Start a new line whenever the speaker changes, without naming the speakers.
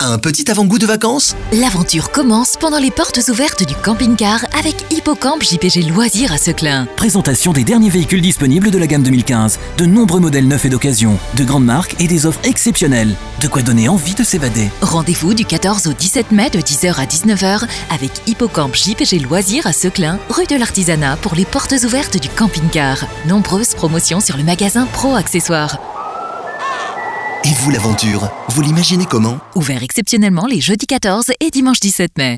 Un petit avant-goût de vacances
L'aventure commence pendant les portes ouvertes du camping-car avec Hippocamp JPG Loisirs à Seclin.
Présentation des derniers véhicules disponibles de la gamme 2015, de nombreux modèles neufs et d'occasion, de grandes marques et des offres exceptionnelles. De quoi donner envie de s'évader.
Rendez-vous du 14 au 17 mai de 10h à 19h avec Hippocamp JPG Loisirs à Seclin, rue de l'Artisanat pour les portes ouvertes du camping-car. Nombreuses promotions sur le magasin Pro Accessoires.
Et vous l'aventure Vous l'imaginez comment
Ouvert exceptionnellement les jeudis 14 et dimanche 17 mai.